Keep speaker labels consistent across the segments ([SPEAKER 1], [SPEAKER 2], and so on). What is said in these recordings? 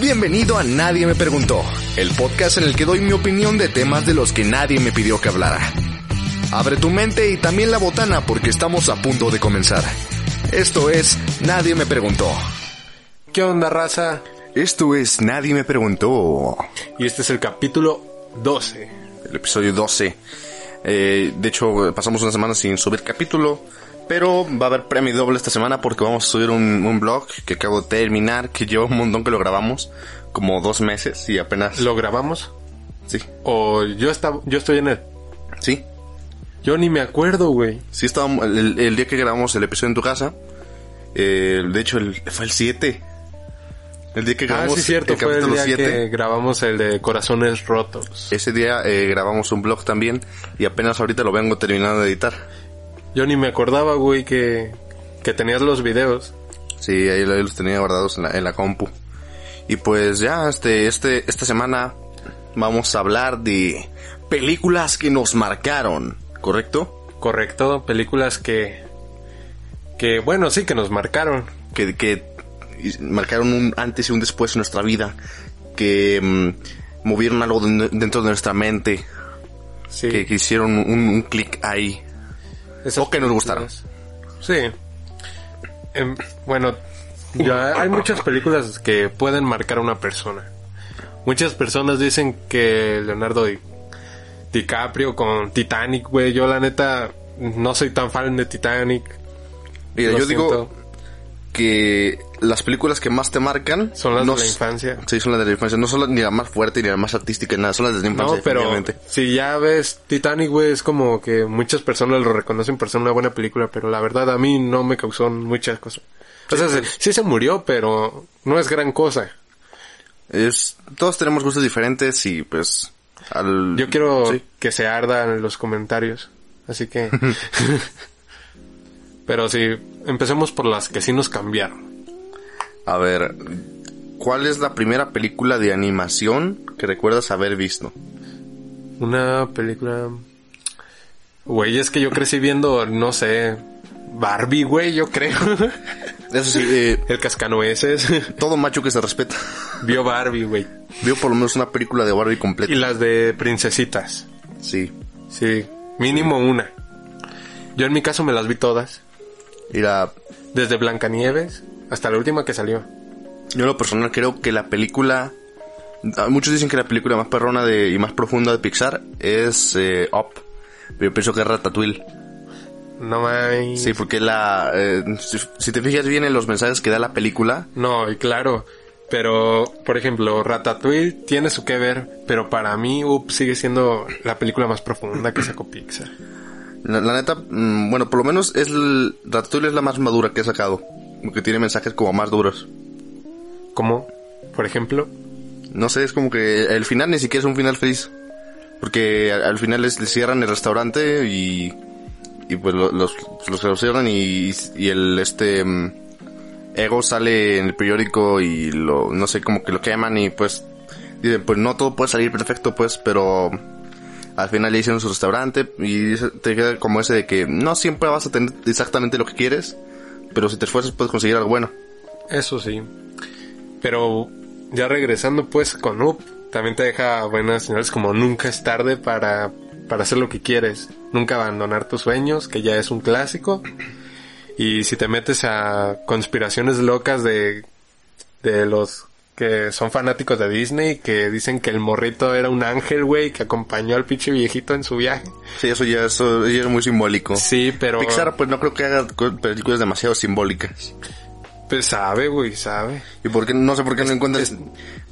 [SPEAKER 1] Bienvenido a Nadie me preguntó, el podcast en el que doy mi opinión de temas de los que nadie me pidió que hablara. Abre tu mente y también la botana porque estamos a punto de comenzar. Esto es Nadie me preguntó.
[SPEAKER 2] ¿Qué onda, raza?
[SPEAKER 1] Esto es Nadie me preguntó.
[SPEAKER 2] Y este es el capítulo 12.
[SPEAKER 1] El episodio 12. Eh, de hecho, pasamos una semana sin subir capítulo. Pero va a haber premio doble esta semana porque vamos a subir un, un blog que acabo de terminar, que lleva un montón que lo grabamos, como dos meses y apenas...
[SPEAKER 2] ¿Lo grabamos?
[SPEAKER 1] Sí,
[SPEAKER 2] O yo estaba, yo estoy en el...
[SPEAKER 1] sí,
[SPEAKER 2] Yo ni me acuerdo, güey. Ah,
[SPEAKER 1] Sí, estábamos el, el día que grabamos el episodio en tu casa. eh, de hecho, el, fue el 7. El día que
[SPEAKER 2] Ah,
[SPEAKER 1] grabamos
[SPEAKER 2] sí, cierto,
[SPEAKER 1] el
[SPEAKER 2] fue el
[SPEAKER 1] capítulo
[SPEAKER 2] día
[SPEAKER 1] 7.
[SPEAKER 2] que grabamos el de Corazones Rotos.
[SPEAKER 1] Ese día eh, grabamos un blog también y apenas ahorita lo vengo terminando de editar.
[SPEAKER 2] Yo ni me acordaba, güey, que, que tenías los videos.
[SPEAKER 1] Sí, ahí, lo- ahí los tenía guardados en la, en la compu. Y pues ya, este, este, esta semana vamos a hablar de películas que nos marcaron, ¿correcto?
[SPEAKER 2] Correcto, películas que... Que, bueno, sí, que nos marcaron.
[SPEAKER 1] Que, que marcaron un antes y un después en nuestra vida, que mm, movieron algo de- dentro de nuestra mente,
[SPEAKER 2] Sí.
[SPEAKER 1] que, que hicieron un, un clic ahí.
[SPEAKER 2] Esas
[SPEAKER 1] O que nos gustaron.
[SPEAKER 2] películas. Sí. Em, bueno, ya hay muchas películas que pueden marcar a una persona. Muchas personas dicen que Leonardo Di- DiCaprio con Titanic, güey. Yo la neta no soy tan fan de Titanic.
[SPEAKER 1] Mira,
[SPEAKER 2] Lo
[SPEAKER 1] yo digo
[SPEAKER 2] siento.
[SPEAKER 1] que las películas que más te marcan
[SPEAKER 2] son las
[SPEAKER 1] no
[SPEAKER 2] de la
[SPEAKER 1] s-
[SPEAKER 2] infancia.
[SPEAKER 1] Sí, son las de la infancia. No son las- ni la más fuerte ni la más artística, nada. Son las de la infancia,
[SPEAKER 2] No, pero
[SPEAKER 1] definitivamente.
[SPEAKER 2] si ya ves Titanic, güey, es como que muchas personas lo reconocen por ser una buena película, pero la verdad a mí no me causó muchas cosas. O sea,
[SPEAKER 1] pues.
[SPEAKER 2] se- sí se murió, pero no es gran cosa.
[SPEAKER 1] Es, todos tenemos gustos diferentes y pues... Al,
[SPEAKER 2] Yo quiero
[SPEAKER 1] sí.
[SPEAKER 2] que se ardan los comentarios. Así que. Pero sí, empecemos por las que sí nos cambiaron.
[SPEAKER 1] A ver, ¿cuál es la primera película de animación que recuerdas haber visto?
[SPEAKER 2] Una película. Güey, es que yo crecí viendo, no sé. Barbie, güey, yo creo.
[SPEAKER 1] Eso sí, eh,
[SPEAKER 2] El cascanueces.
[SPEAKER 1] todo macho que se respeta
[SPEAKER 2] Vio Barbie, güey.
[SPEAKER 1] vio por lo menos una película de Barbie completa.
[SPEAKER 2] Y las de princesitas.
[SPEAKER 1] Sí.
[SPEAKER 2] Sí, mínimo una. Yo en mi caso me las vi todas.
[SPEAKER 1] Y la
[SPEAKER 2] Desde Blancanieves hasta la última que salió.
[SPEAKER 1] Yo en lo personal creo que la película... ah, Muchos dicen que la película más perrona de, y más profunda de Pixar es eh, Up. Pero yo pienso que es Ratatouille.
[SPEAKER 2] No mames.
[SPEAKER 1] Sí, porque la... eh, si, si te fijas bien en los mensajes que da la película...
[SPEAKER 2] No, y claro. Pero, por ejemplo, Ratatouille tiene su que ver, pero para mí, Up sigue siendo la película más profunda que sacó Pixar.
[SPEAKER 1] La, la neta, mm, bueno, por lo menos es l- Ratatouille es la más madura que ha sacado. Porque tiene mensajes como más duros.
[SPEAKER 2] Como, por ejemplo,
[SPEAKER 1] No sé, es como que el final ni siquiera es un final feliz. Porque al, al final les, les cierran el restaurante y. Y pues lo- los, los, los cierran y, y el este. mm, Ego sale en el periódico y lo. No sé, como que lo queman y pues. Dicen, pues no todo puede salir perfecto, pues, pero. Al final le hicieron su restaurante y dice- te queda como ese de que no siempre vas a tener exactamente lo que quieres, pero si te esfuerzas puedes conseguir algo bueno.
[SPEAKER 2] eso sí. Pero ya regresando pues con Up, también te deja buenas señales como nunca es tarde para, para hacer lo que quieres. Nunca abandonar tus sueños, que ya es un clásico. Y si te metes a conspiraciones locas de, de los que son fanáticos de Disney, que dicen que el morrito era un ángel, güey, que acompañó al pinche viejito en su viaje.
[SPEAKER 1] Sí, eso ya, eso ya es muy simbólico.
[SPEAKER 2] Sí, pero...
[SPEAKER 1] Pixar pues no creo que haga co- películas demasiado simbólicas.
[SPEAKER 2] Pues sabe, güey, sabe.
[SPEAKER 1] Y por qué no sé por qué no encuentras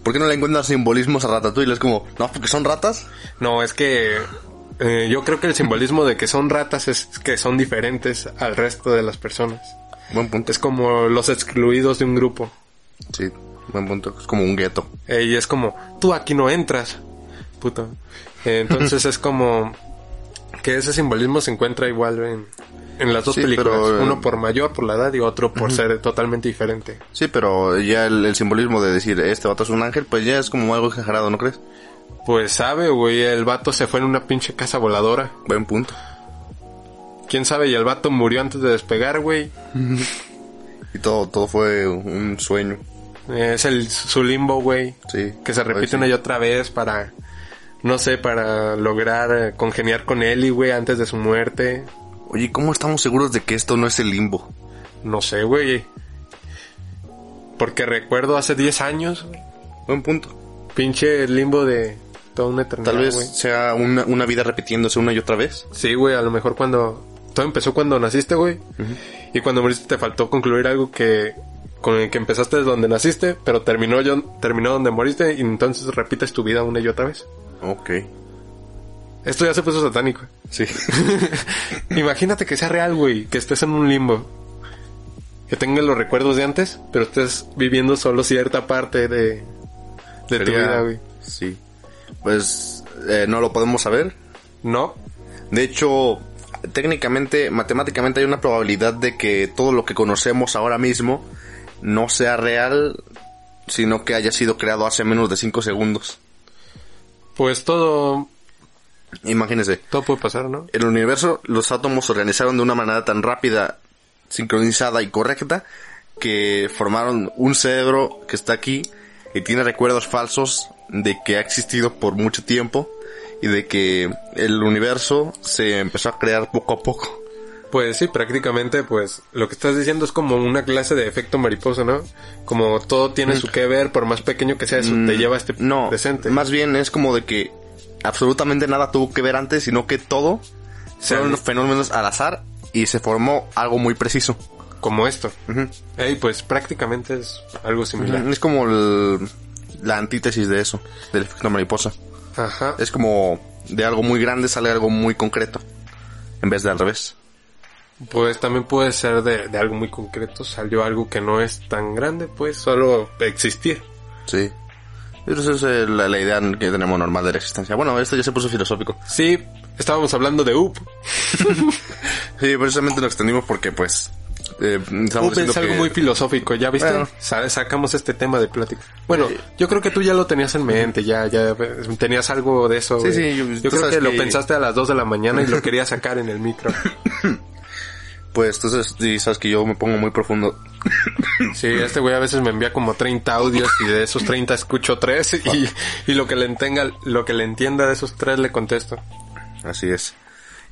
[SPEAKER 1] por qué no le encuentras simbolismos a Ratatouille, es como, no, porque son ratas.
[SPEAKER 2] No, es que eh, yo creo que el simbolismo de que son ratas es que son diferentes al resto de las personas.
[SPEAKER 1] Buen punto.
[SPEAKER 2] Es como los excluidos de un grupo.
[SPEAKER 1] Sí, buen punto. Es como un gueto.
[SPEAKER 2] Eh, y es como, tú aquí no entras, puto. Eh, entonces es como que ese simbolismo se encuentra igual en, en las dos
[SPEAKER 1] Sí,
[SPEAKER 2] películas.
[SPEAKER 1] pero, eh,
[SPEAKER 2] Uno por mayor, por la edad, y otro por ser totalmente diferente.
[SPEAKER 1] Sí, pero ya el, el simbolismo de decir este vato es un ángel, pues ya es como algo exagerado, ¿no crees?
[SPEAKER 2] Pues sabe, güey, el vato se fue en una pinche casa voladora.
[SPEAKER 1] Buen punto.
[SPEAKER 2] ¿Quién sabe? Y el vato murió antes de despegar, güey.
[SPEAKER 1] Y todo todo fue un sueño.
[SPEAKER 2] Eh, Es el, su limbo, güey.
[SPEAKER 1] Sí.
[SPEAKER 2] Que se repite
[SPEAKER 1] Ay, sí.
[SPEAKER 2] una y otra vez para, no sé, para lograr eh, congeniar con Ellie, güey, antes de su muerte.
[SPEAKER 1] Oye, ¿cómo estamos seguros de que esto no es el limbo?
[SPEAKER 2] No sé, güey. Porque recuerdo hace 10 años, güey,
[SPEAKER 1] Buen punto.
[SPEAKER 2] pinche limbo de toda una eternidad,
[SPEAKER 1] Tal vez
[SPEAKER 2] güey.
[SPEAKER 1] sea una, una vida repitiéndose una y otra vez.
[SPEAKER 2] Sí, güey, a lo mejor cuando... Todo empezó cuando naciste, güey. Y cuando moriste te faltó concluir algo que... Con el que empezaste desde donde naciste, pero terminó, yo, terminó donde moriste y entonces repites tu vida una y otra vez.
[SPEAKER 1] Ok.
[SPEAKER 2] Esto ya se puso satánico.
[SPEAKER 1] Sí.
[SPEAKER 2] Imagínate que sea real, güey, que estés en un limbo. Que tengas los recuerdos de antes, pero estés viviendo solo cierta parte de, de tu
[SPEAKER 1] Sería-
[SPEAKER 2] vida, güey.
[SPEAKER 1] Sí. Pues eh, no lo podemos saber.
[SPEAKER 2] No,
[SPEAKER 1] De hecho, técnicamente, matemáticamente hay una probabilidad de que todo lo que conocemos ahora mismo no sea real, sino que haya sido creado hace menos de 5 segundos.
[SPEAKER 2] pues todo,
[SPEAKER 1] Imagínense,
[SPEAKER 2] todo puede pasar, ¿no?
[SPEAKER 1] en el universo los átomos se organizaron de una manera tan rápida, sincronizada y correcta que formaron un cerebro que está aquí y tiene recuerdos falsos de que ha existido por mucho tiempo y de que el universo se empezó a crear poco a poco.
[SPEAKER 2] Pues sí, prácticamente, pues lo que estás diciendo es como una clase de efecto mariposa, ¿no? Como todo tiene su que ver, por más pequeño que sea eso, te lleva a este
[SPEAKER 1] Mm. No,
[SPEAKER 2] presente.
[SPEAKER 1] más bien es como de que absolutamente nada tuvo que ver antes, sino que todo fueron
[SPEAKER 2] Sí.
[SPEAKER 1] los fenómenos al azar y se formó algo muy preciso.
[SPEAKER 2] Como esto.
[SPEAKER 1] Ujú.
[SPEAKER 2] Ey, pues prácticamente es algo similar.
[SPEAKER 1] Es como el- la antítesis de eso, del efecto mariposa.
[SPEAKER 2] Ajá.
[SPEAKER 1] Es como de algo muy grande sale algo muy concreto, en vez de al revés.
[SPEAKER 2] Pues también puede ser de, de algo muy concreto, salió algo que no es tan grande, pues solo existir.
[SPEAKER 1] Sí. Esa es eh, la, la idea que tenemos normal de la existencia. Bueno, esto ya se puso filosófico.
[SPEAKER 2] Sí, estábamos hablando de UP.
[SPEAKER 1] Sí, precisamente lo extendimos porque, pues, eh, estamos
[SPEAKER 2] UP
[SPEAKER 1] diciendo
[SPEAKER 2] es algo
[SPEAKER 1] que-
[SPEAKER 2] muy filosófico, ¿ya viste?
[SPEAKER 1] Bueno.
[SPEAKER 2] Sa- sacamos este tema de plática. Bueno, yo creo que tú ya lo tenías en mente, ya, ya eh, tenías algo de eso.
[SPEAKER 1] Sí,
[SPEAKER 2] güey.
[SPEAKER 1] sí, yo-
[SPEAKER 2] yo,
[SPEAKER 1] tú
[SPEAKER 2] creo
[SPEAKER 1] sabes
[SPEAKER 2] que, lo
[SPEAKER 1] que-
[SPEAKER 2] pensaste a las 2 de la mañana y lo querías sacar en el micro.
[SPEAKER 1] Pues, entonces, sí, sabes que yo me pongo muy profundo.
[SPEAKER 2] Sí, este güey a veces me envía como 30 audios y de esos 30 escucho 3 y, y lo que le entenga, lo que le entienda de esos 3 le contesto.
[SPEAKER 1] Así es.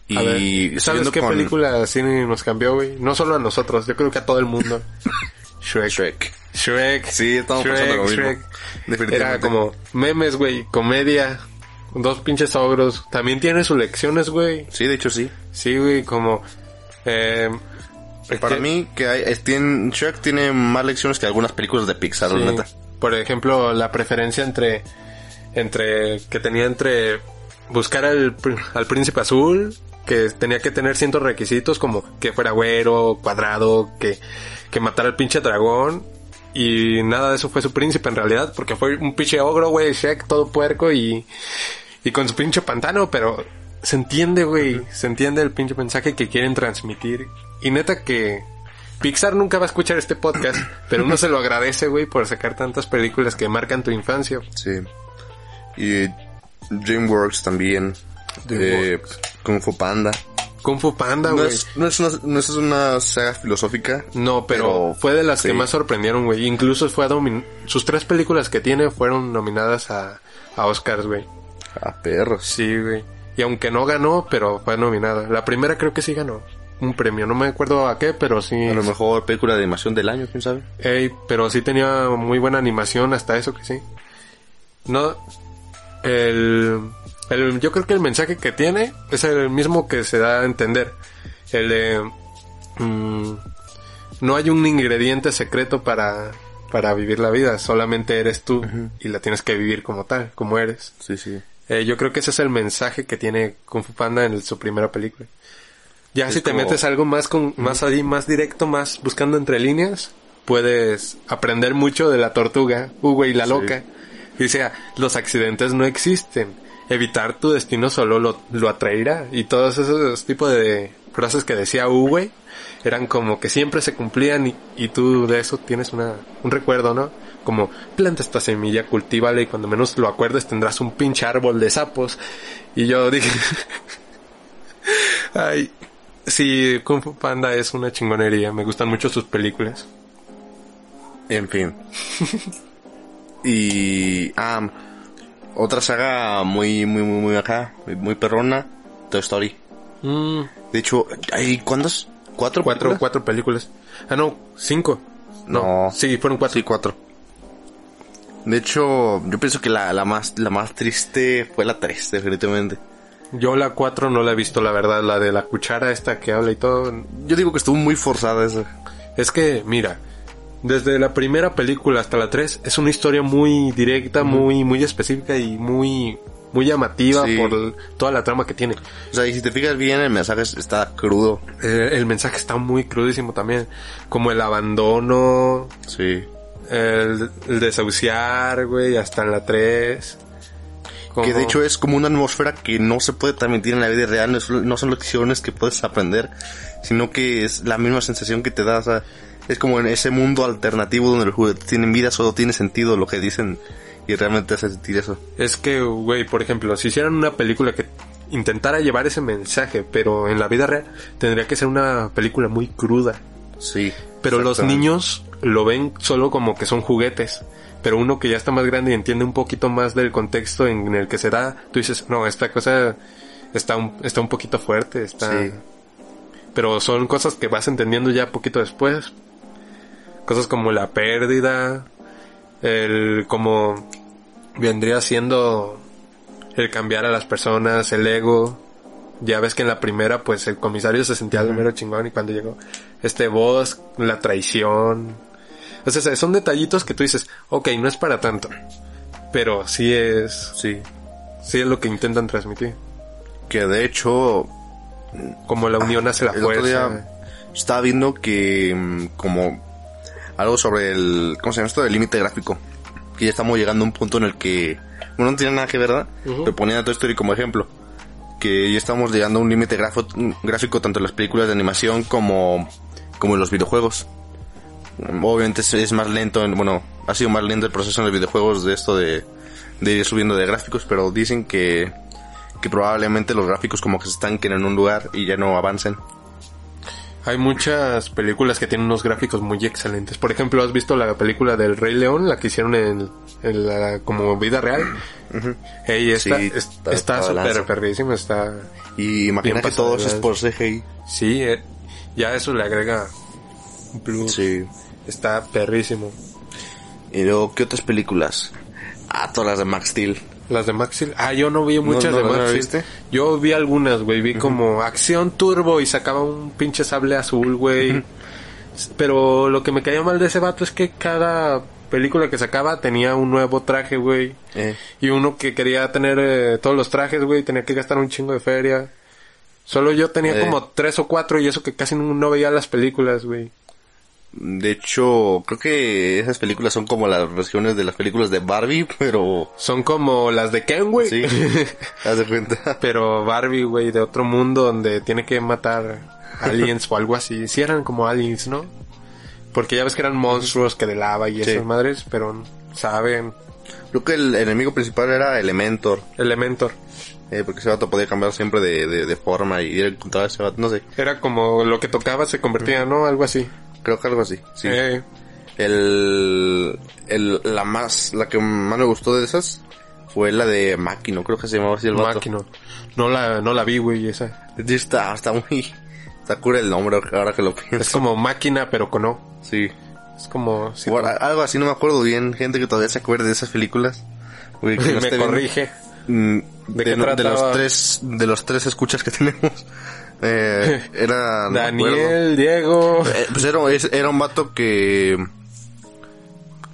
[SPEAKER 1] Y
[SPEAKER 2] A ver, ¿sabes
[SPEAKER 1] siguiendo
[SPEAKER 2] qué
[SPEAKER 1] con
[SPEAKER 2] película cine nos cambió, güey? No solo a nosotros, yo creo que a todo el mundo. Shrek.
[SPEAKER 1] Shrek.
[SPEAKER 2] Shrek.
[SPEAKER 1] Sí, estamos pensando lo mismo. Definitivamente.
[SPEAKER 2] Era como memes, güey, comedia, dos pinches ogros. También tiene sus lecciones, güey.
[SPEAKER 1] Sí, de hecho sí.
[SPEAKER 2] Sí, güey, como... eh,
[SPEAKER 1] Para
[SPEAKER 2] este-
[SPEAKER 1] mí, que hay, es- tiene- Shrek tiene más lecciones que algunas películas de Pixar,
[SPEAKER 2] Sí.
[SPEAKER 1] la neta.
[SPEAKER 2] Por ejemplo, la preferencia entre entre que tenía entre buscar al, pr- al príncipe azul, que tenía que tener ciertos requisitos como que fuera güero, cuadrado, que que matara al pinche dragón y nada de eso fue su príncipe en realidad, porque fue un pinche ogro, güey, Shrek todo puerco y y con su pinche pantano, pero se entiende, güey, se entiende el pinche mensaje que quieren transmitir. Y neta que Pixar nunca va a escuchar este podcast, pero uno se lo agradece, güey, por sacar tantas películas que marcan tu infancia.
[SPEAKER 1] Sí. Y DreamWorks también.
[SPEAKER 2] DreamWorks.
[SPEAKER 1] Eh, Kung Fu Panda.
[SPEAKER 2] Kung Fu Panda,
[SPEAKER 1] No
[SPEAKER 2] güey.
[SPEAKER 1] es, no, es una, no es una saga filosófica.
[SPEAKER 2] No, pero, fue de las
[SPEAKER 1] sí.
[SPEAKER 2] que más sorprendieron, güey. Incluso fue a domin- sus tres películas que tiene fueron nominadas a, a Oscars, güey.
[SPEAKER 1] A perros.
[SPEAKER 2] Sí, güey. Y aunque no ganó, pero fue nominada. La primera creo que sí ganó un premio. No me acuerdo a qué, pero sí.
[SPEAKER 1] A lo mejor película de animación del año, quién sabe.
[SPEAKER 2] Ey, pero sí tenía muy buena animación hasta eso que sí. No, el, el- yo creo que el mensaje que tiene es el mismo que se da a entender. El de, mm, no hay un ingrediente secreto para, para vivir la vida, solamente eres tú y la tienes que vivir como tal, como eres.
[SPEAKER 1] Sí, sí.
[SPEAKER 2] Eh, yo creo que ese es el mensaje que tiene Kung Fu Panda en su primera película. Ya
[SPEAKER 1] Es
[SPEAKER 2] si te
[SPEAKER 1] como-
[SPEAKER 2] metes algo más con más ahí, más directo, más buscando entre líneas, puedes aprender mucho de la tortuga, uh, güey, la loca. Dice, ah, los accidentes no existen. Evitar tu destino solo lo, lo atraerá. Y todos esos tipos de frases que decía uh, güey, eran como que siempre se cumplían y, y tú de eso tienes una, un recuerdo, ¿no? Como planta esta semilla, cultívala y cuando menos lo acuerdes tendrás un pinche árbol de sapos. Y yo dije, ay, sí, Kung Fu Panda es una chingonería, me gustan mucho sus películas.
[SPEAKER 1] En fin. y. Ah, otra saga muy, muy, muy, muy acá, muy, muy perrona: Toy Story.
[SPEAKER 2] Mm,
[SPEAKER 1] De hecho, ¿hay cuántas? ¿Cuatro?
[SPEAKER 2] cuatro,
[SPEAKER 1] películas?
[SPEAKER 2] cuatro películas. Ah, no, cinco. No.
[SPEAKER 1] No.
[SPEAKER 2] Sí, fueron cuatro.
[SPEAKER 1] Sí, cuatro. De hecho, yo pienso que la, la más la más triste fue la 3, definitivamente.
[SPEAKER 2] Yo la cuatro no la he visto, la verdad. La de la cuchara esta que habla y todo.
[SPEAKER 1] Yo digo que estuvo muy forzada esa.
[SPEAKER 2] Es que, mira, desde la primera película hasta la 3 es una historia muy directa, muy, muy específica y muy, muy llamativa
[SPEAKER 1] Sí.
[SPEAKER 2] por l- toda la trama que tiene.
[SPEAKER 1] O sea, y si te fijas bien, el mensaje es- está crudo.
[SPEAKER 2] Eh, el mensaje está muy crudísimo también, como el abandono,
[SPEAKER 1] Sí.
[SPEAKER 2] el, el desahuciar, güey, hasta en la 3.
[SPEAKER 1] Que de hecho es como una atmósfera que no se puede transmitir en la vida real. No, es- no son lecciones que puedes aprender, sino que es la misma sensación que te da. o sea, es como en ese mundo alternativo donde los juguetes tienen vida, solo tiene sentido lo que dicen y realmente hace sentir eso.
[SPEAKER 2] Es que, güey, por ejemplo, si hicieran una película que intentara llevar ese mensaje, pero en la vida real, tendría que ser una película muy cruda.
[SPEAKER 1] Sí.
[SPEAKER 2] Pero los
[SPEAKER 1] exactamente.
[SPEAKER 2] niños lo ven solo como que son juguetes. Pero uno que ya está más grande y entiende un poquito más del contexto en el que se da, tú dices, no, esta cosa está un, está un poquito fuerte, está...
[SPEAKER 1] Sí.
[SPEAKER 2] Pero son cosas que vas entendiendo ya poquito después. Cosas como la pérdida, el como vendría siendo el cambiar a las personas, el ego. Ya ves que en la primera, pues el comisario se sentía el mero chingón y cuando llegó este voz, la traición. O sea, son detallitos que tú dices, ok, no es para tanto. Pero sí es,
[SPEAKER 1] Sí.
[SPEAKER 2] sí es lo que intentan transmitir.
[SPEAKER 1] Que de hecho,
[SPEAKER 2] Como la unión hace la
[SPEAKER 1] el otro
[SPEAKER 2] fuerza.
[SPEAKER 1] día estaba viendo que mm, como algo sobre el ¿cómo se llama esto? el límite gráfico que ya estamos llegando a un punto en el que bueno no tiene nada que ver ¿verdad?
[SPEAKER 2] Ujú.
[SPEAKER 1] pero ponía a Toy Story como ejemplo que ya estamos llegando a un límite grafo- gráfico tanto en las películas de animación como como en los videojuegos obviamente es, es más lento en- bueno ha sido más lento el proceso en los videojuegos de esto de, de ir subiendo de gráficos pero dicen que que probablemente los gráficos como que se estanquen en un lugar y ya no avancen
[SPEAKER 2] Hay muchas películas que tienen unos gráficos muy excelentes. Por ejemplo, ¿has visto la película del Rey León? La que hicieron en, en la, como vida real. Ey, esta-
[SPEAKER 1] Sí,
[SPEAKER 2] es-
[SPEAKER 1] está-
[SPEAKER 2] está
[SPEAKER 1] está
[SPEAKER 2] súper
[SPEAKER 1] lanza.
[SPEAKER 2] perrísima. Está...
[SPEAKER 1] Y imagina
[SPEAKER 2] Bien
[SPEAKER 1] que
[SPEAKER 2] pasado
[SPEAKER 1] todo
[SPEAKER 2] de
[SPEAKER 1] eso es por CGI.
[SPEAKER 2] Sí, eh, ya eso le agrega un plus.
[SPEAKER 1] Sí.
[SPEAKER 2] Está perrísimo.
[SPEAKER 1] Y luego, ¿qué otras películas? Ah, todas las de Max Steel.
[SPEAKER 2] Las de Maxil. Ah, yo no vi muchas
[SPEAKER 1] no,
[SPEAKER 2] de
[SPEAKER 1] ¿no la
[SPEAKER 2] Maxil.
[SPEAKER 1] viste?
[SPEAKER 2] Yo vi algunas, güey. Vi como Acción Turbo y sacaba un pinche sable azul, güey. S- Pero lo que me caía mal de ese vato es que cada película que sacaba tenía un nuevo traje, güey.
[SPEAKER 1] eh.
[SPEAKER 2] Y uno que quería tener eh, todos los trajes, güey, tenía que gastar un chingo de feria. Solo yo tenía
[SPEAKER 1] Eh.
[SPEAKER 2] como tres o cuatro y eso que casi no, no veía las películas, güey.
[SPEAKER 1] De hecho, creo que esas películas son como las versiones de las películas de Barbie, pero...
[SPEAKER 2] Son como las de Ken, güey.
[SPEAKER 1] Sí, haz de cuenta.
[SPEAKER 2] Pero Barbie, güey, de otro mundo donde tiene que matar aliens o algo así. Si eran como aliens, ¿no? Porque ya ves que eran monstruos que de lava y
[SPEAKER 1] Sí.
[SPEAKER 2] esas madres, pero saben.
[SPEAKER 1] Creo que el enemigo principal era Elementor,
[SPEAKER 2] Elementor.
[SPEAKER 1] eh, porque ese vato podía cambiar siempre de, de, de forma y ir a encontrar a ese vato, no sé,
[SPEAKER 2] Era como lo que tocaba se convertía, ¿no? Algo así.
[SPEAKER 1] creo que algo así, sí.
[SPEAKER 2] Eh,
[SPEAKER 1] El, el, la más, la que más me gustó de esas fue la de Máquino, creo que se llamaba así el vato.
[SPEAKER 2] máquina. No la, no la vi, güey, esa.
[SPEAKER 1] Sí, Está, está muy... Está cura el nombre ahora que lo
[SPEAKER 2] Es
[SPEAKER 1] pienso.
[SPEAKER 2] como máquina, pero con O.
[SPEAKER 1] Sí.
[SPEAKER 2] Es como... sí, pues.
[SPEAKER 1] Bueno, a- algo así, no me acuerdo bien. Gente que todavía se acuerde de esas películas. Güey, que no
[SPEAKER 2] me
[SPEAKER 1] esté bien.
[SPEAKER 2] corrige.
[SPEAKER 1] Mm,
[SPEAKER 2] ¿De
[SPEAKER 1] ¿De,
[SPEAKER 2] qué
[SPEAKER 1] no- de
[SPEAKER 2] trataba?
[SPEAKER 1] los tres De los tres escuchas que tenemos. Eh, era... no me acuerdo.
[SPEAKER 2] Daniel, Diego...
[SPEAKER 1] Eh, pues era, es- era un vato que...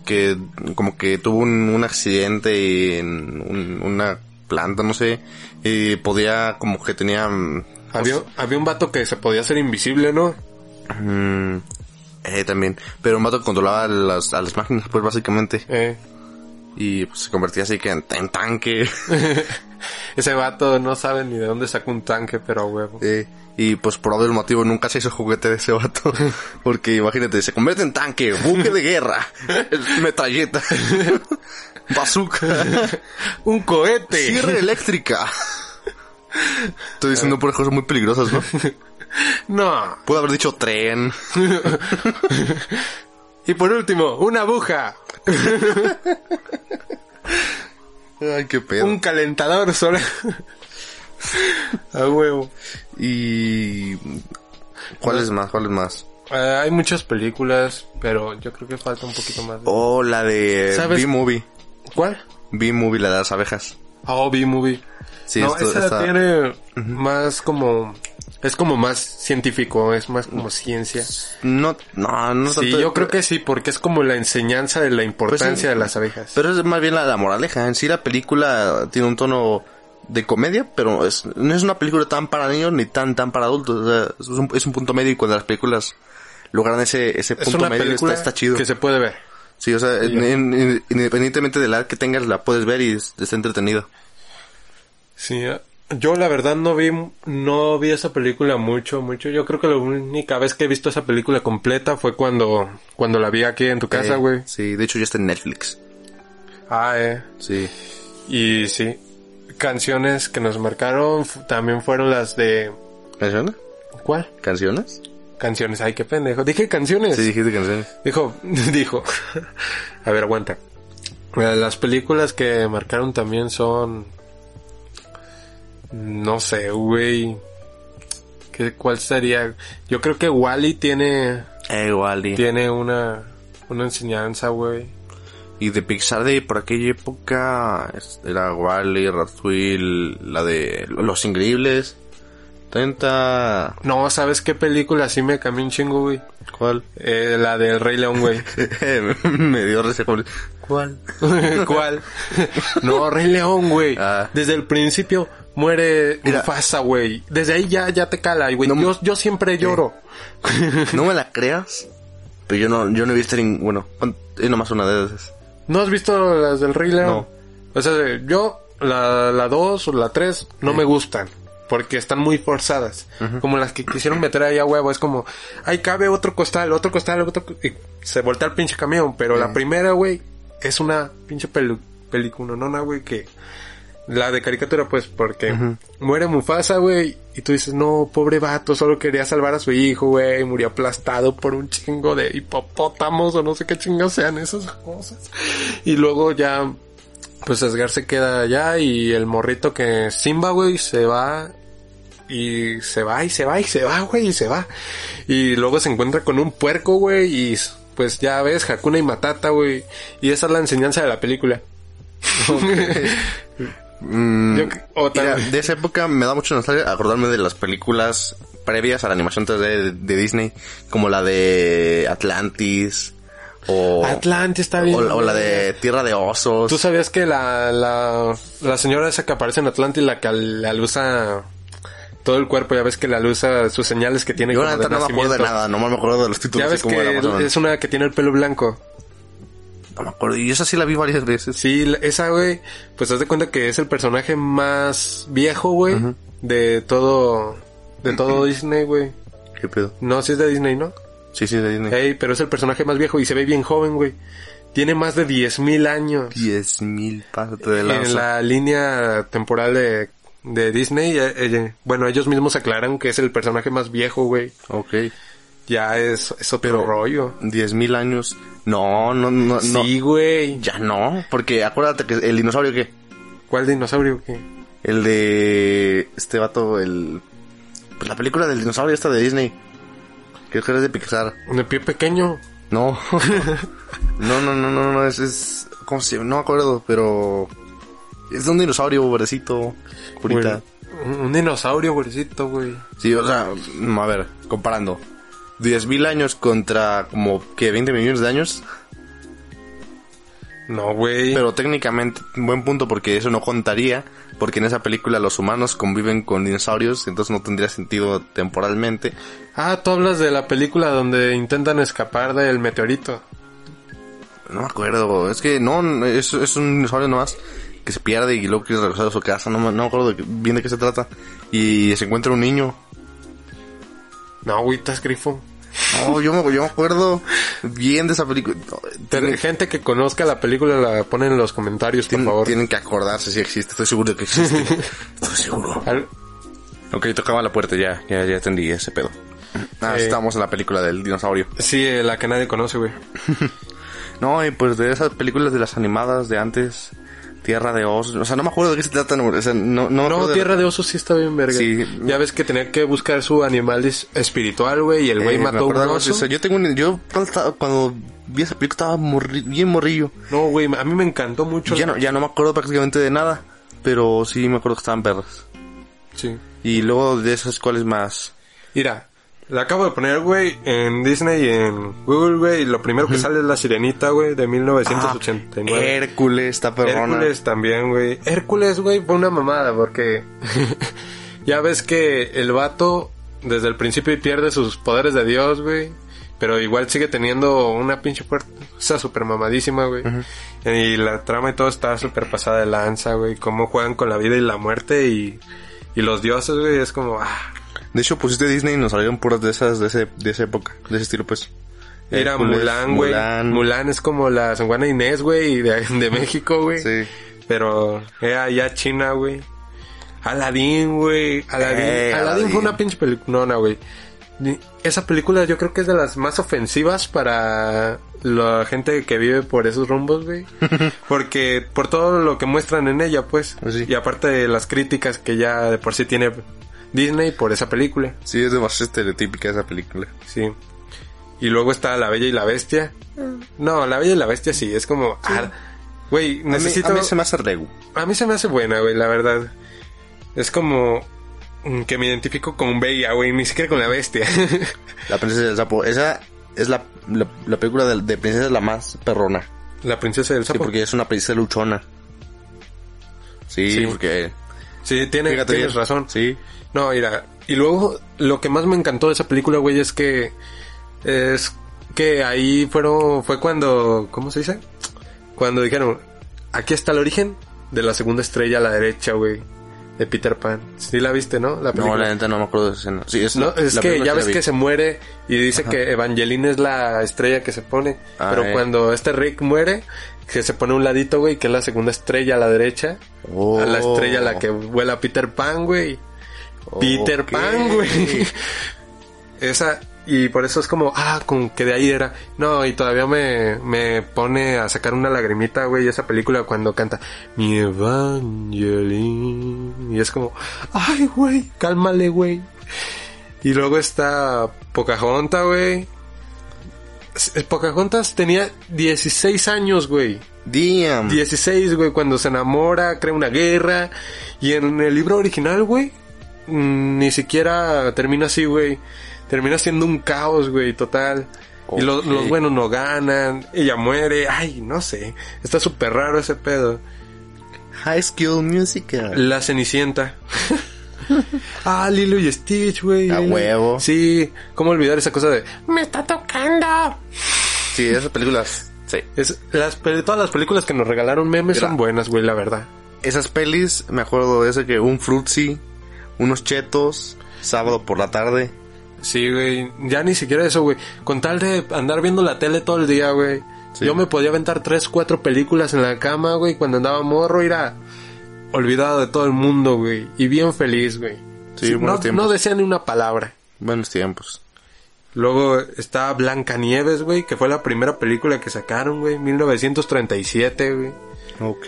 [SPEAKER 1] Que como que tuvo un, un accidente en un- una planta, no sé. Y podía como que tenía... mm,
[SPEAKER 2] Había, había un vato que se podía hacer invisible, ¿no?
[SPEAKER 1] Mm, eh, también. Pero un vato que controlaba las, a las máquinas, pues básicamente.
[SPEAKER 2] Eh.
[SPEAKER 1] Y pues, se convertía así que en, en tanque.
[SPEAKER 2] Ese vato no sabe ni de dónde saca un tanque, pero a huevo.
[SPEAKER 1] Eh, y pues por obvio el motivo nunca se hizo juguete de ese vato. Porque imagínate, se convierte en tanque, buque de guerra, metralleta, bazooka,
[SPEAKER 2] ¡Un cohete!
[SPEAKER 1] sierra eléctrica. Estoy diciendo por cosas muy peligrosas, ¿no?
[SPEAKER 2] No.
[SPEAKER 1] Puedo haber dicho tren.
[SPEAKER 2] Y por último, una aguja.
[SPEAKER 1] Ay, qué pedo.
[SPEAKER 2] Un calentador solar. A huevo.
[SPEAKER 1] Y... ¿Cuál es más? ¿Cuál es más?
[SPEAKER 2] Ah, hay muchas películas, pero yo creo que falta un poquito más. de-
[SPEAKER 1] Oh, la de
[SPEAKER 2] ¿Sabes?
[SPEAKER 1] B-Movie.
[SPEAKER 2] ¿Cuál?
[SPEAKER 1] B-Movie, la de las abejas.
[SPEAKER 2] Oh, B-Movie.
[SPEAKER 1] Sí,
[SPEAKER 2] no,
[SPEAKER 1] esto-
[SPEAKER 2] esa
[SPEAKER 1] esta-
[SPEAKER 2] tiene más como... Es como más científico, es más
[SPEAKER 1] Mm.
[SPEAKER 2] como ciencia.
[SPEAKER 1] No, no, no
[SPEAKER 2] Sí,
[SPEAKER 1] tanto-
[SPEAKER 2] yo creo que sí, porque es como la enseñanza de la importancia
[SPEAKER 1] Pues sí.
[SPEAKER 2] de las abejas.
[SPEAKER 1] Pero es más bien la, la moraleja. En sí la película tiene un tono de comedia, pero es, no es una película tan para niños ni tan tan para adultos. O sea, es, un, es un punto medio y cuando las películas logran ese, ese
[SPEAKER 2] es
[SPEAKER 1] punto
[SPEAKER 2] una
[SPEAKER 1] medio
[SPEAKER 2] película
[SPEAKER 1] está, está chido.
[SPEAKER 2] que se puede ver.
[SPEAKER 1] Sí, o sea, en- en- independientemente de la edad que tengas, la puedes ver y es- está entretenida.
[SPEAKER 2] Sí, eh, yo la verdad no vi, no vi esa película mucho, mucho. Yo creo que la única vez que he visto esa película completa fue cuando, cuando la vi aquí en tu casa,
[SPEAKER 1] Eh,
[SPEAKER 2] güey.
[SPEAKER 1] Sí, de hecho ya está en Netflix.
[SPEAKER 2] Ah, eh.
[SPEAKER 1] Sí.
[SPEAKER 2] Y sí, canciones que nos marcaron fu- también fueron las de...
[SPEAKER 1] ¿Canciones?
[SPEAKER 2] ¿Cuál?
[SPEAKER 1] ¿Canciones?
[SPEAKER 2] Canciones, ay, qué pendejo. Dije canciones.
[SPEAKER 1] Sí, dijiste canciones.
[SPEAKER 2] Dijo, dijo. A ver, aguanta. Eh, Las películas que marcaron también son. No sé, güey. ¿Qué, ¿Cuál sería? Yo creo que Wally tiene.
[SPEAKER 1] Eh, Wally.
[SPEAKER 2] Tiene una. Una enseñanza, güey.
[SPEAKER 1] Y de Pixar de por aquella época es- era Wally, Ratwheel, la de Los Increíbles. Tenta.
[SPEAKER 2] No, ¿sabes qué película sí me cambió un chingo, güey?
[SPEAKER 1] ¿Cuál?
[SPEAKER 2] Eh, la del Rey León, güey.
[SPEAKER 1] Me dio risa como-
[SPEAKER 2] ¿Cuál? ¿Cuál? no, Rey León, güey.
[SPEAKER 1] Ah.
[SPEAKER 2] Desde el principio muere
[SPEAKER 1] Mira.
[SPEAKER 2] Mufasa, güey. Desde ahí ya, ya te cala, güey.
[SPEAKER 1] No-
[SPEAKER 2] yo, yo siempre lloro.
[SPEAKER 1] No me la creas. Pero yo no, yo no he visto ninguno. Bueno, es nomás una de esas.
[SPEAKER 2] ¿No has visto las del Rey León? O sea, yo, la, la 2 o la 3 no me gustan. Porque están muy forzadas. Como las que quisieron meter ahí a huevo. Es como, ay, cabe otro costal, otro costal, otro... co-", Y se voltea el pinche camión. Pero la primera, güey, es una pinche pelu película, no, güey, que... La de caricatura, pues, porque muere Mufasa, güey, y tú dices, no, pobre vato, solo quería salvar a su hijo, güey, y murió aplastado por un chingo de hipopótamos o no sé qué chingos sean esas cosas. Y luego ya, pues Asgar se queda allá y el morrito que es Simba, güey, se va y se va y se va y se va, güey, y se va. Y luego se encuentra con un puerco, güey, y pues ya ves, Hakuna y Matata, güey, y esa es la enseñanza de la película.
[SPEAKER 1] Mm,
[SPEAKER 2] Yo que- o tal-
[SPEAKER 1] mira, de esa época me da mucho nostalgia acordarme de las películas previas a la animación 3D de, de Disney, como la de Atlantis o,
[SPEAKER 2] Atlantis está bien.
[SPEAKER 1] o, la- o la de Tierra de Osos.
[SPEAKER 2] ¿Tú sabías que la, la, la señora esa que aparece en Atlantis, la que al- la usa todo el cuerpo, ya ves que la usa sus señales que tiene
[SPEAKER 1] Yo
[SPEAKER 2] como
[SPEAKER 1] la
[SPEAKER 2] de
[SPEAKER 1] neta no me acuerdo de
[SPEAKER 2] nacimiento.
[SPEAKER 1] nada, no me acuerdo de los títulos. así
[SPEAKER 2] Ya ves
[SPEAKER 1] como era más o
[SPEAKER 2] que
[SPEAKER 1] menos.
[SPEAKER 2] es una que tiene el pelo blanco.
[SPEAKER 1] No me acuerdo, y esa sí la vi varias veces.
[SPEAKER 2] Sí, la- esa güey, pues haz de cuenta que es el personaje más viejo, güey, de todo, de todo Disney, güey.
[SPEAKER 1] ¿Qué pedo?
[SPEAKER 2] No, si es de Disney, ¿no?
[SPEAKER 1] Sí, sí, de Disney.
[SPEAKER 2] Ey, pero es el personaje más viejo y se ve bien joven, güey. Tiene más de 10.000 años.
[SPEAKER 1] Diez mil partes de la...
[SPEAKER 2] en la línea temporal de, de Disney, eh, eh, bueno, ellos mismos aclaran que es el personaje más viejo, güey.
[SPEAKER 1] Ok.
[SPEAKER 2] Ya es, es otro
[SPEAKER 1] Pero-
[SPEAKER 2] rollo.
[SPEAKER 1] Diez mil años. No, no, no, no.
[SPEAKER 2] Sí, güey.
[SPEAKER 1] Ya no, porque acuérdate que el dinosaurio, ¿qué?
[SPEAKER 2] ¿Cuál dinosaurio? ¿Qué?
[SPEAKER 1] El de... Este vato, el... Pues la película del dinosaurio esta de Disney. Creo que es de Pixar.
[SPEAKER 2] ¿De pie pequeño?
[SPEAKER 1] No. no, no, no, no, no, es... es... ¿Cómo se llama? No me acuerdo, pero... Es de un dinosaurio, pobrecito. Curita.
[SPEAKER 2] Güey, un- un dinosaurio, güeycito, güey.
[SPEAKER 1] Sí, o sea, mm, a ver, comparando. 10.000 años contra como que 20 millones de años.
[SPEAKER 2] No, güey.
[SPEAKER 1] Pero técnicamente, buen punto porque eso no contaría. Porque en esa película los humanos conviven con dinosaurios. Entonces no tendría sentido temporalmente.
[SPEAKER 2] Ah, tú hablas de la película donde intentan escapar del meteorito.
[SPEAKER 1] No me acuerdo. Es que no, es, es un dinosaurio nomás que se pierde y luego quiere regresar a su casa. No, me- no me acuerdo de- bien de qué se trata. Y se encuentra un niño.
[SPEAKER 2] No, güey, estás grifo.
[SPEAKER 1] No, yo, me, yo me acuerdo bien de esa película. No, tiene-
[SPEAKER 2] Gente que conozca la película la pone en los comentarios, por
[SPEAKER 1] tienen-
[SPEAKER 2] favor.
[SPEAKER 1] tienen que acordarse si existe. Estoy seguro de que existe. Estoy seguro.
[SPEAKER 2] Al-
[SPEAKER 1] Ok, tocaba la puerta ya, ya, ya atendí ese pedo. Ah,
[SPEAKER 2] Eh.
[SPEAKER 1] estamos en la película del dinosaurio.
[SPEAKER 2] Sí, eh, la que nadie conoce, güey.
[SPEAKER 1] No, y pues de esas películas de las animadas de antes, Tierra de Osos. O sea, no me acuerdo de qué se tratan. O sea, no, no, me acuerdo
[SPEAKER 2] No,
[SPEAKER 1] Pues de-
[SPEAKER 2] Tierra de Osos sí está bien verga.
[SPEAKER 1] Sí.
[SPEAKER 2] Ya ves que tenía que buscar su animal es- espiritual, güey, y el güey
[SPEAKER 1] Eh, me
[SPEAKER 2] mató a un
[SPEAKER 1] acuerdo algo así.
[SPEAKER 2] oso.
[SPEAKER 1] O sea, yo tengo un- yo cuando- cuando vi esa película estaba morri- bien morrillo.
[SPEAKER 2] No, güey, a mí me encantó mucho.
[SPEAKER 1] Ya no, ya no me acuerdo prácticamente de nada, pero sí me acuerdo que estaban perras.
[SPEAKER 2] Sí.
[SPEAKER 1] Y luego de esas cuáles más.
[SPEAKER 2] Mira, la acabo de poner, güey, en Disney y en Google, güey, y lo primero que sale es La Sirenita, güey, de 1989.
[SPEAKER 1] Ah, Hércules, está perrona.
[SPEAKER 2] Hércules también, güey. Hércules, güey, fue una mamada porque ya ves que el vato desde el principio pierde sus poderes de Dios, güey. Pero igual sigue teniendo una pinche puerta, o sea, súper mamadísima, güey. Y la trama y todo está súper pasada de lanza, güey. Cómo juegan con la vida y la muerte y, y los dioses, güey. Es como, ah,
[SPEAKER 1] De hecho, pusiste Disney y nos salieron puras de esas de, ese, de esa época, de ese estilo, pues.
[SPEAKER 2] Mira,
[SPEAKER 1] Hércules,
[SPEAKER 2] Mulan, güey. Mulan. es como la San Juana Inés, güey, de, de México, güey.
[SPEAKER 1] Sí.
[SPEAKER 2] Pero era ya China, güey. Aladdin, güey. Aladdin.
[SPEAKER 1] Eh,
[SPEAKER 2] Aladdin
[SPEAKER 1] Aladdin.
[SPEAKER 2] fue una pinche película, no, güey. Ni- Esa película yo creo que es de las más ofensivas para la gente que vive por esos rumbos, güey. Porque por todo lo que muestran en ella, pues.
[SPEAKER 1] Pues sí.
[SPEAKER 2] Y aparte de las críticas que ya de por sí tiene Disney por esa película.
[SPEAKER 1] Sí, es demasiado estereotípica esa película.
[SPEAKER 2] Sí. Y luego está La Bella y la Bestia. No, La Bella y la Bestia sí, es como... ah, Güey,
[SPEAKER 1] A mí-
[SPEAKER 2] necesito...
[SPEAKER 1] A mí, se me hace regu.
[SPEAKER 2] hace buena, güey, la verdad. Es como... mm, Que me identifico con Bella, güey, ni siquiera con la Bestia.
[SPEAKER 1] La princesa del sapo. Esa es la, la, la película de, de princesa la más perrona.
[SPEAKER 2] la Princesa del
[SPEAKER 1] Sí,
[SPEAKER 2] Sapo. Sí,
[SPEAKER 1] porque es una princesa luchona. Sí,
[SPEAKER 2] Sí.
[SPEAKER 1] porque...
[SPEAKER 2] tiene,
[SPEAKER 1] Fíjate bien.
[SPEAKER 2] tienes razón.
[SPEAKER 1] Sí.
[SPEAKER 2] No, mira. Y luego, lo que más me encantó de esa película, güey, es que... Es que ahí fueron... Fue cuando... ¿Cómo se dice? Cuando dijeron... Aquí está el origen de la segunda estrella a la derecha, güey. De Peter Pan. Sí la viste, ¿no? La
[SPEAKER 1] No,
[SPEAKER 2] película.
[SPEAKER 1] la neta no me acuerdo de esa escena. Sí, es,
[SPEAKER 2] No, es
[SPEAKER 1] la
[SPEAKER 2] que
[SPEAKER 1] primera
[SPEAKER 2] ya
[SPEAKER 1] la
[SPEAKER 2] ves
[SPEAKER 1] vi.
[SPEAKER 2] que se muere y dice que Evangeline es la estrella que se pone.
[SPEAKER 1] Ah,
[SPEAKER 2] pero
[SPEAKER 1] eh.
[SPEAKER 2] cuando este Rick muere, que se pone a un ladito, güey, que es la segunda estrella a la derecha.
[SPEAKER 1] Oh.
[SPEAKER 2] A la estrella a la que vuela Peter Pan, güey. Peter
[SPEAKER 1] Oh, Ok.
[SPEAKER 2] Pan, güey. Esa, y por eso es como, ah, con que de ahí era. No, y todavía me, me pone a sacar una lagrimita, güey, esa película cuando canta Mi Evangeline. Y es como, ay, güey, cálmale, güey. Y luego está Pocahontas, güey. S- eh, Pocahontas tenía 16 años, güey.
[SPEAKER 1] Damn.
[SPEAKER 2] 16, güey, cuando se enamora, crea una guerra. Y en el libro original, güey, mm, ni siquiera termina así, güey. Termina siendo un caos, güey, total. Y lo-
[SPEAKER 1] Ok.
[SPEAKER 2] los buenos no ganan, ella muere, ay, no sé. Está súper raro ese pedo.
[SPEAKER 1] High School Musical.
[SPEAKER 2] La Cenicienta. ah, Lilo y Stitch, güey.
[SPEAKER 1] A huevo.
[SPEAKER 2] Sí, ¿cómo olvidar esa cosa de... Me está tocando.
[SPEAKER 1] Sí, esas películas. Sí.
[SPEAKER 2] Es, las, pe- todas las películas que nos regalaron memes
[SPEAKER 1] Mira.
[SPEAKER 2] son buenas, güey, la verdad.
[SPEAKER 1] Esas pelis, me acuerdo de ese que un frutzi, unos chetos, sábado por la tarde.
[SPEAKER 2] Sí, güey. Ya ni siquiera eso, güey. Con tal de andar viendo la tele todo el día, güey.
[SPEAKER 1] Sí.
[SPEAKER 2] Yo me podía aventar tres, cuatro películas en la cama, güey. Cuando andaba morro, era olvidado de todo el mundo, güey. Y bien feliz, güey.
[SPEAKER 1] Sí,
[SPEAKER 2] no,
[SPEAKER 1] buenos tiempos.
[SPEAKER 2] no decía ni una palabra.
[SPEAKER 1] Buenos tiempos.
[SPEAKER 2] Luego está Blancanieves, güey, que fue la primera película que sacaron, güey, 1937, güey.
[SPEAKER 1] Ok.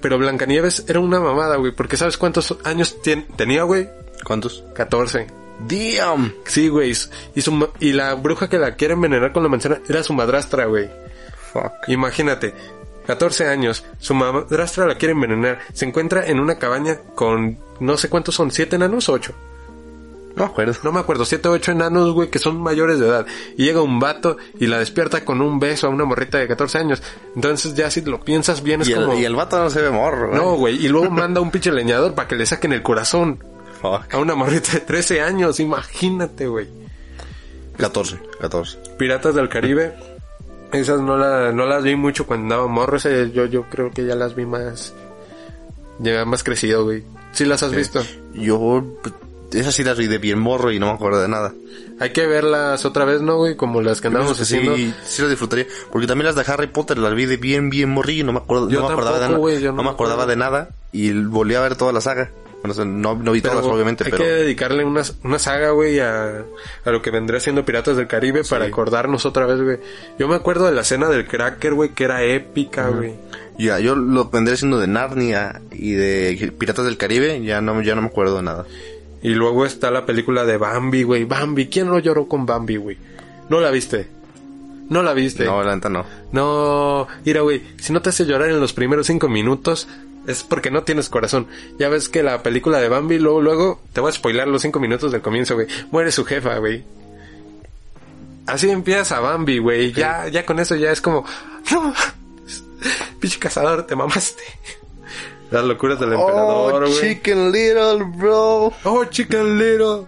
[SPEAKER 2] Pero Blancanieves era una mamada, güey, porque ¿sabes cuántos años tien- tenía, güey?
[SPEAKER 1] ¿Cuántos?
[SPEAKER 2] 14.
[SPEAKER 1] Damn.
[SPEAKER 2] Sí, güey. Y, su ma- y la bruja que la quiere envenenar con la manzana era su madrastra, güey.
[SPEAKER 1] Fuck.
[SPEAKER 2] Imagínate, 14 años, su madrastra la quiere envenenar, se encuentra en una cabaña con no sé cuántos son, siete enanos o ocho.
[SPEAKER 1] No me acuerdo.
[SPEAKER 2] No me acuerdo, siete o ocho enanos, güey, que son mayores de edad. Y llega un vato y la despierta con un beso a una morrita de 14 años. Entonces ya si lo piensas bien es
[SPEAKER 1] Y,
[SPEAKER 2] como...
[SPEAKER 1] el, y el vato no se ve morro. ¿eh? güey.
[SPEAKER 2] No, güey, y luego manda un pinche leñador para que le saquen el corazón
[SPEAKER 1] Fuck.
[SPEAKER 2] a una morrita de 13 años, imagínate, güey.
[SPEAKER 1] 14. 14.
[SPEAKER 2] Piratas del Caribe. Esas no, la- no las vi mucho cuando andaba morro. ese yo, yo creo que ya las vi más. Ya más crecido, güey. Sí las has visto.
[SPEAKER 1] Yo, pues, esas sí las vi de bien morro y no me acuerdo de nada.
[SPEAKER 2] Hay que verlas otra vez, ¿no, güey? Como las que andábamos
[SPEAKER 1] sí,
[SPEAKER 2] haciendo.
[SPEAKER 1] sí las disfrutaría. Porque también las de Harry Potter las vi de bien, bien morrillo y no me, acuerdo,
[SPEAKER 2] Yo
[SPEAKER 1] no me acordaba
[SPEAKER 2] tampoco,
[SPEAKER 1] de nada.
[SPEAKER 2] güey, yo no
[SPEAKER 1] no me
[SPEAKER 2] me acuerdo.
[SPEAKER 1] acordaba de nada y volví a ver toda la saga. Bueno, o sea, no, no vi todas, obviamente,
[SPEAKER 2] hay
[SPEAKER 1] pero.
[SPEAKER 2] que dedicarle una, una saga, güey, a, a lo que vendría siendo Piratas del Caribe para acordarnos otra vez, güey. Yo me acuerdo de la escena del Cracker, güey, que era épica, güey.
[SPEAKER 1] Ya, yo lo vendré siendo de Narnia y de Piratas del Caribe, ya no, ya no me acuerdo de nada.
[SPEAKER 2] Y luego está la película de Bambi, güey. Bambi, ¿quién no lloró con Bambi, güey? ¿No la viste? ¿No la viste?
[SPEAKER 1] No, la neta no.
[SPEAKER 2] No, mira, güey, si no te hace llorar en los primeros cinco minutos, es porque no tienes corazón. Ya ves que la película de Bambi, luego, luego, te voy a spoilar los cinco minutos del comienzo, güey. Muere su jefa, güey. Así empiezas a Bambi, güey. Ya, ya con eso ya es como, no, pinche cazador, te mamaste. Las locuras del emperador, güey.
[SPEAKER 1] Oh, Chicken Little, bro.
[SPEAKER 2] Oh, chicken little.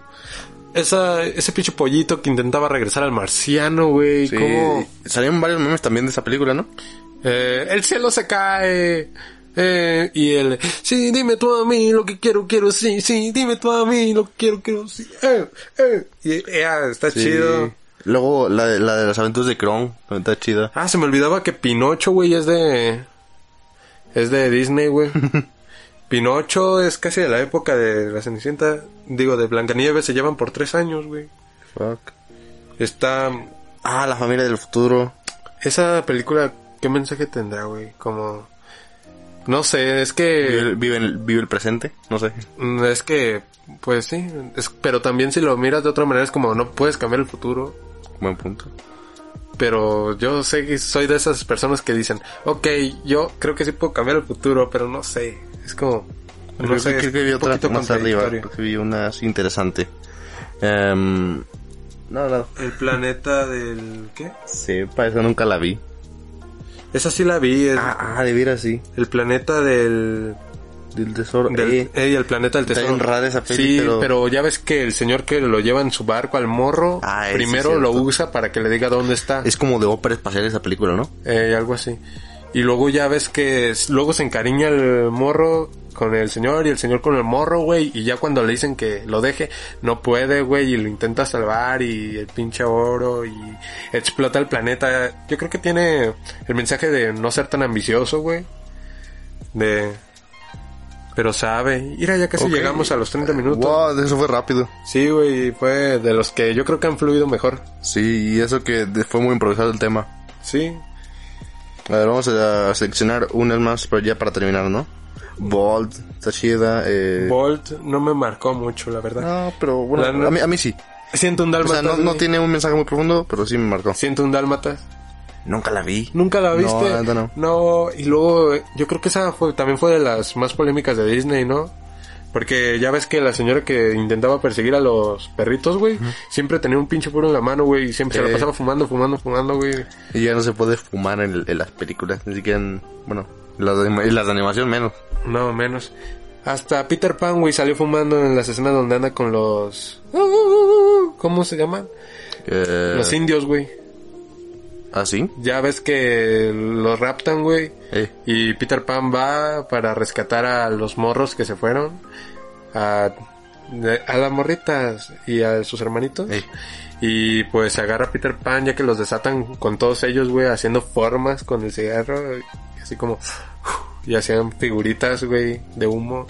[SPEAKER 2] Esa, ese pinche pollito que intentaba regresar al marciano, güey.
[SPEAKER 1] Sí,
[SPEAKER 2] ¿Cómo?
[SPEAKER 1] salieron varios memes también de esa película, ¿no?
[SPEAKER 2] Eh, el cielo se cae. Eh, y el, sí, dime tú a mí lo que quiero, quiero, sí, sí, dime tú a mí lo que quiero, quiero, sí. Eh, eh. Y, eh, ah, está chido.
[SPEAKER 1] Luego la de, la de las aventuras de Kron, también está chida.
[SPEAKER 2] Ah, se me olvidaba que Pinocho, güey, es de... Es de Disney, güey. Pinocho es casi de la época de la Cenicienta. Digo, de Blancanieves se llevan por tres años, güey.
[SPEAKER 1] Fuck.
[SPEAKER 2] Está...
[SPEAKER 1] Ah, la familia del futuro.
[SPEAKER 2] Esa película, ¿qué mensaje tendrá, güey? Como... No sé, es
[SPEAKER 1] Vive,
[SPEAKER 2] que...
[SPEAKER 1] el- vive el, vive el presente, no sé.
[SPEAKER 2] mm, Es que... Pues sí. es- pero también si lo miras de otra manera es como no puedes cambiar el futuro.
[SPEAKER 1] Buen punto.
[SPEAKER 2] Pero yo sé que soy de esas personas que dicen, ok, yo creo que sí puedo cambiar el futuro, pero no sé. Es como... No
[SPEAKER 1] Creo
[SPEAKER 2] sé,
[SPEAKER 1] que- creo
[SPEAKER 2] es
[SPEAKER 1] que vi
[SPEAKER 2] un
[SPEAKER 1] otra
[SPEAKER 2] poquito
[SPEAKER 1] más arriba,
[SPEAKER 2] contradictorio.
[SPEAKER 1] porque vi una así interesante. Em, no, no.
[SPEAKER 2] El planeta del... ¿Qué?
[SPEAKER 1] Sí, para eso nunca la vi.
[SPEAKER 2] Esa sí la vi. el-
[SPEAKER 1] Ah, ah de veras sí.
[SPEAKER 2] El planeta del...
[SPEAKER 1] Del tesoro.
[SPEAKER 2] del
[SPEAKER 1] eh.
[SPEAKER 2] ey, el planeta del
[SPEAKER 1] está
[SPEAKER 2] tesoro.
[SPEAKER 1] bien rara esa peli,
[SPEAKER 2] sí,
[SPEAKER 1] pero-
[SPEAKER 2] pero... ya ves que el señor que lo lleva en su barco al morro,
[SPEAKER 1] Ah, ese
[SPEAKER 2] primero
[SPEAKER 1] es
[SPEAKER 2] lo
[SPEAKER 1] cierto.
[SPEAKER 2] usa para que le diga dónde está.
[SPEAKER 1] Es como de ópera espacial esa película, ¿no?
[SPEAKER 2] Eh, algo así. Y luego ya ves que es- luego se encariña el morro con el señor y el señor con el morro, güey. Y ya cuando le dicen que lo deje, no puede, güey. Y lo intenta salvar y el pinche oro y explota el planeta. Yo creo que tiene el mensaje de no ser tan ambicioso, güey. De... Pero sabe. Mira, ya casi
[SPEAKER 1] Ok.
[SPEAKER 2] llegamos a los 30 minutos.
[SPEAKER 1] Wow, eso fue rápido.
[SPEAKER 2] Sí, güey. Fue de los que yo creo que han fluido mejor.
[SPEAKER 1] Sí, y eso que de- fue muy improvisado el tema.
[SPEAKER 2] Sí.
[SPEAKER 1] A ver, vamos a, seleccionar unas más, pero ya para terminar, ¿no? Bold, está chida. Eh...
[SPEAKER 2] Bolt no me marcó mucho, la verdad.
[SPEAKER 1] No, pero bueno,
[SPEAKER 2] La no-
[SPEAKER 1] a mí, a mí sí.
[SPEAKER 2] Siento un
[SPEAKER 1] O sea,
[SPEAKER 2] dálmata.
[SPEAKER 1] no, no
[SPEAKER 2] güey.
[SPEAKER 1] tiene un mensaje muy profundo, pero sí me marcó.
[SPEAKER 2] Siento un dálmatas.
[SPEAKER 1] Nunca la vi.
[SPEAKER 2] ¿Nunca la
[SPEAKER 1] No,
[SPEAKER 2] viste?
[SPEAKER 1] la neta no.
[SPEAKER 2] No, y luego eh, yo creo que esa fue, también fue de las más polémicas de Disney, ¿no? Porque ya ves que la señora que intentaba perseguir a los perritos, güey, siempre tenía un pinche puro en la mano, güey, y siempre se
[SPEAKER 1] Sí.
[SPEAKER 2] la pasaba fumando, fumando, fumando, güey.
[SPEAKER 1] Y ya no se puede fumar en, en las películas, ni siquiera en, bueno, en las de, en las de animación menos.
[SPEAKER 2] No, menos. Hasta Peter Pan, güey, salió fumando en las escenas donde anda con los... ¿Cómo se llaman?
[SPEAKER 1] Eh,
[SPEAKER 2] Los indios, güey.
[SPEAKER 1] ¿Ah, sí?
[SPEAKER 2] Ya ves que los raptan, güey.
[SPEAKER 1] Eh,
[SPEAKER 2] Y Peter Pan va para rescatar a los morros que se fueron. A, a las morritas y a sus hermanitos.
[SPEAKER 1] eh.
[SPEAKER 2] Y pues se agarra a Peter Pan ya que los desatan con todos ellos, güey, haciendo formas con el cigarro. y Así como... Y hacían figuritas, güey, de humo.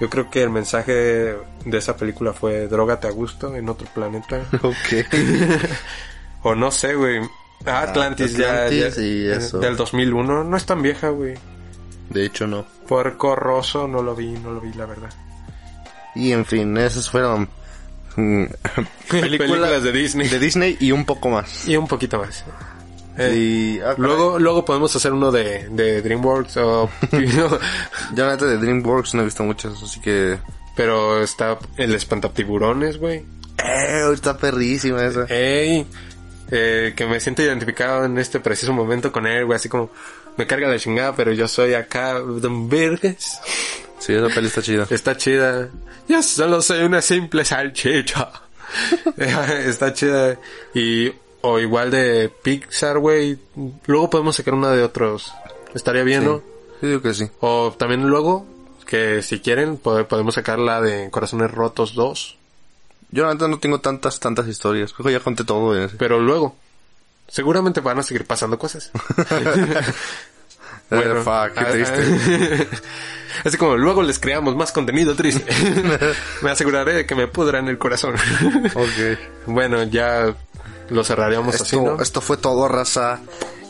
[SPEAKER 2] Yo creo que el mensaje de esa película fue Drógate a gusto en otro planeta.
[SPEAKER 1] Ok.
[SPEAKER 2] o no sé, güey. Ah, Atlantis, ya-
[SPEAKER 1] Atlantis
[SPEAKER 2] ya,
[SPEAKER 1] y eso.
[SPEAKER 2] Del 2001. No es tan vieja, güey.
[SPEAKER 1] De hecho, no.
[SPEAKER 2] Puerco Rosso no lo vi, no lo vi, la verdad.
[SPEAKER 1] Y en fin, esas fueron mm,
[SPEAKER 2] Películas de Disney.
[SPEAKER 1] de Disney y un poco más.
[SPEAKER 2] Y un poquito más. Eh,
[SPEAKER 1] Y ah, caray,
[SPEAKER 2] luego, luego podemos hacer uno de, de DreamWorks o...
[SPEAKER 1] yo la neta de DreamWorks no he visto muchas, así que...
[SPEAKER 2] Pero está el espantatiburones, güey.
[SPEAKER 1] ¡Eh! Está perrísima esa.
[SPEAKER 2] Ey, eh, que me siento identificado en este preciso momento con él, güey. Así como, me carga la chingada, pero yo soy acá, Don Vergas.
[SPEAKER 1] Sí, esa peli está chida.
[SPEAKER 2] Está chida. Yo solo soy una simple salchicha. Está chida. Y, o igual de Pixar, güey. Luego podemos sacar una de otros. Estaría bien, ¿no?
[SPEAKER 1] Yo digo que sí.
[SPEAKER 2] O también luego, que si quieren, po- podemos sacar la de Corazones Rotos 2.
[SPEAKER 1] Yo la neta no tengo tantas, tantas historias. Creo que ya conté todo. en ese.
[SPEAKER 2] Pero luego, seguramente van a seguir pasando cosas.
[SPEAKER 1] Bueno, fuck, Ah,
[SPEAKER 2] Ah,
[SPEAKER 1] qué triste.
[SPEAKER 2] Así como luego les creamos más contenido triste. me aseguraré de que me pudran el corazón.
[SPEAKER 1] Ok.
[SPEAKER 2] bueno, ya lo cerraríamos Pues así,
[SPEAKER 1] Esto,
[SPEAKER 2] ¿no?
[SPEAKER 1] esto fue todo, raza.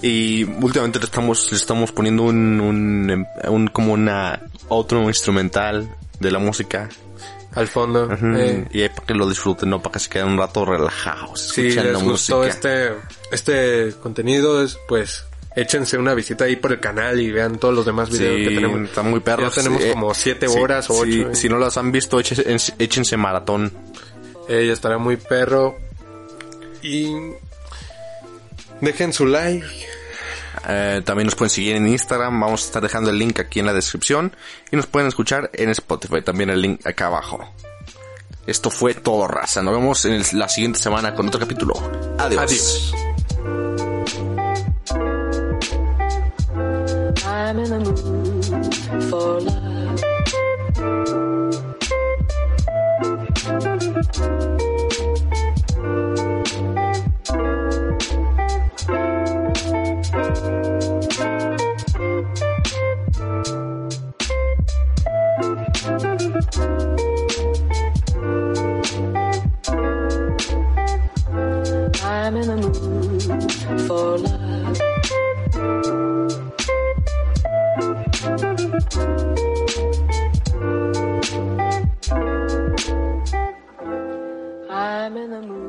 [SPEAKER 1] Y últimamente le estamos, le estamos poniendo un, un, em, un- como una, otro instrumental de la música.
[SPEAKER 2] Al fondo.
[SPEAKER 1] Mm,
[SPEAKER 2] eh,
[SPEAKER 1] Y ahí para que lo disfruten, no para que se queden un rato relajados,
[SPEAKER 2] si
[SPEAKER 1] escuchando
[SPEAKER 2] les gustó
[SPEAKER 1] música.
[SPEAKER 2] este, este contenido, es, pues échense una visita ahí por el canal y vean todos los demás videos que
[SPEAKER 1] Sí,
[SPEAKER 2] tenemos.
[SPEAKER 1] están muy perros.
[SPEAKER 2] Ya tenemos
[SPEAKER 1] sí, eh,
[SPEAKER 2] como siete
[SPEAKER 1] sí,
[SPEAKER 2] horas o
[SPEAKER 1] sí,
[SPEAKER 2] ocho. eh.
[SPEAKER 1] Si no las han visto, échense, échense maratón.
[SPEAKER 2] Ella estará muy perro. Y dejen su like.
[SPEAKER 1] Eh, también nos pueden seguir en Instagram. Vamos a estar dejando el link aquí en la descripción. Y nos pueden escuchar en Spotify. También el link acá abajo. Esto fue todo, raza. Nos vemos en el- la siguiente semana con otro capítulo. Adiós.
[SPEAKER 2] Adiós.
[SPEAKER 3] I'm in the mood for love. I'm in the mood for love. I'm in the mood.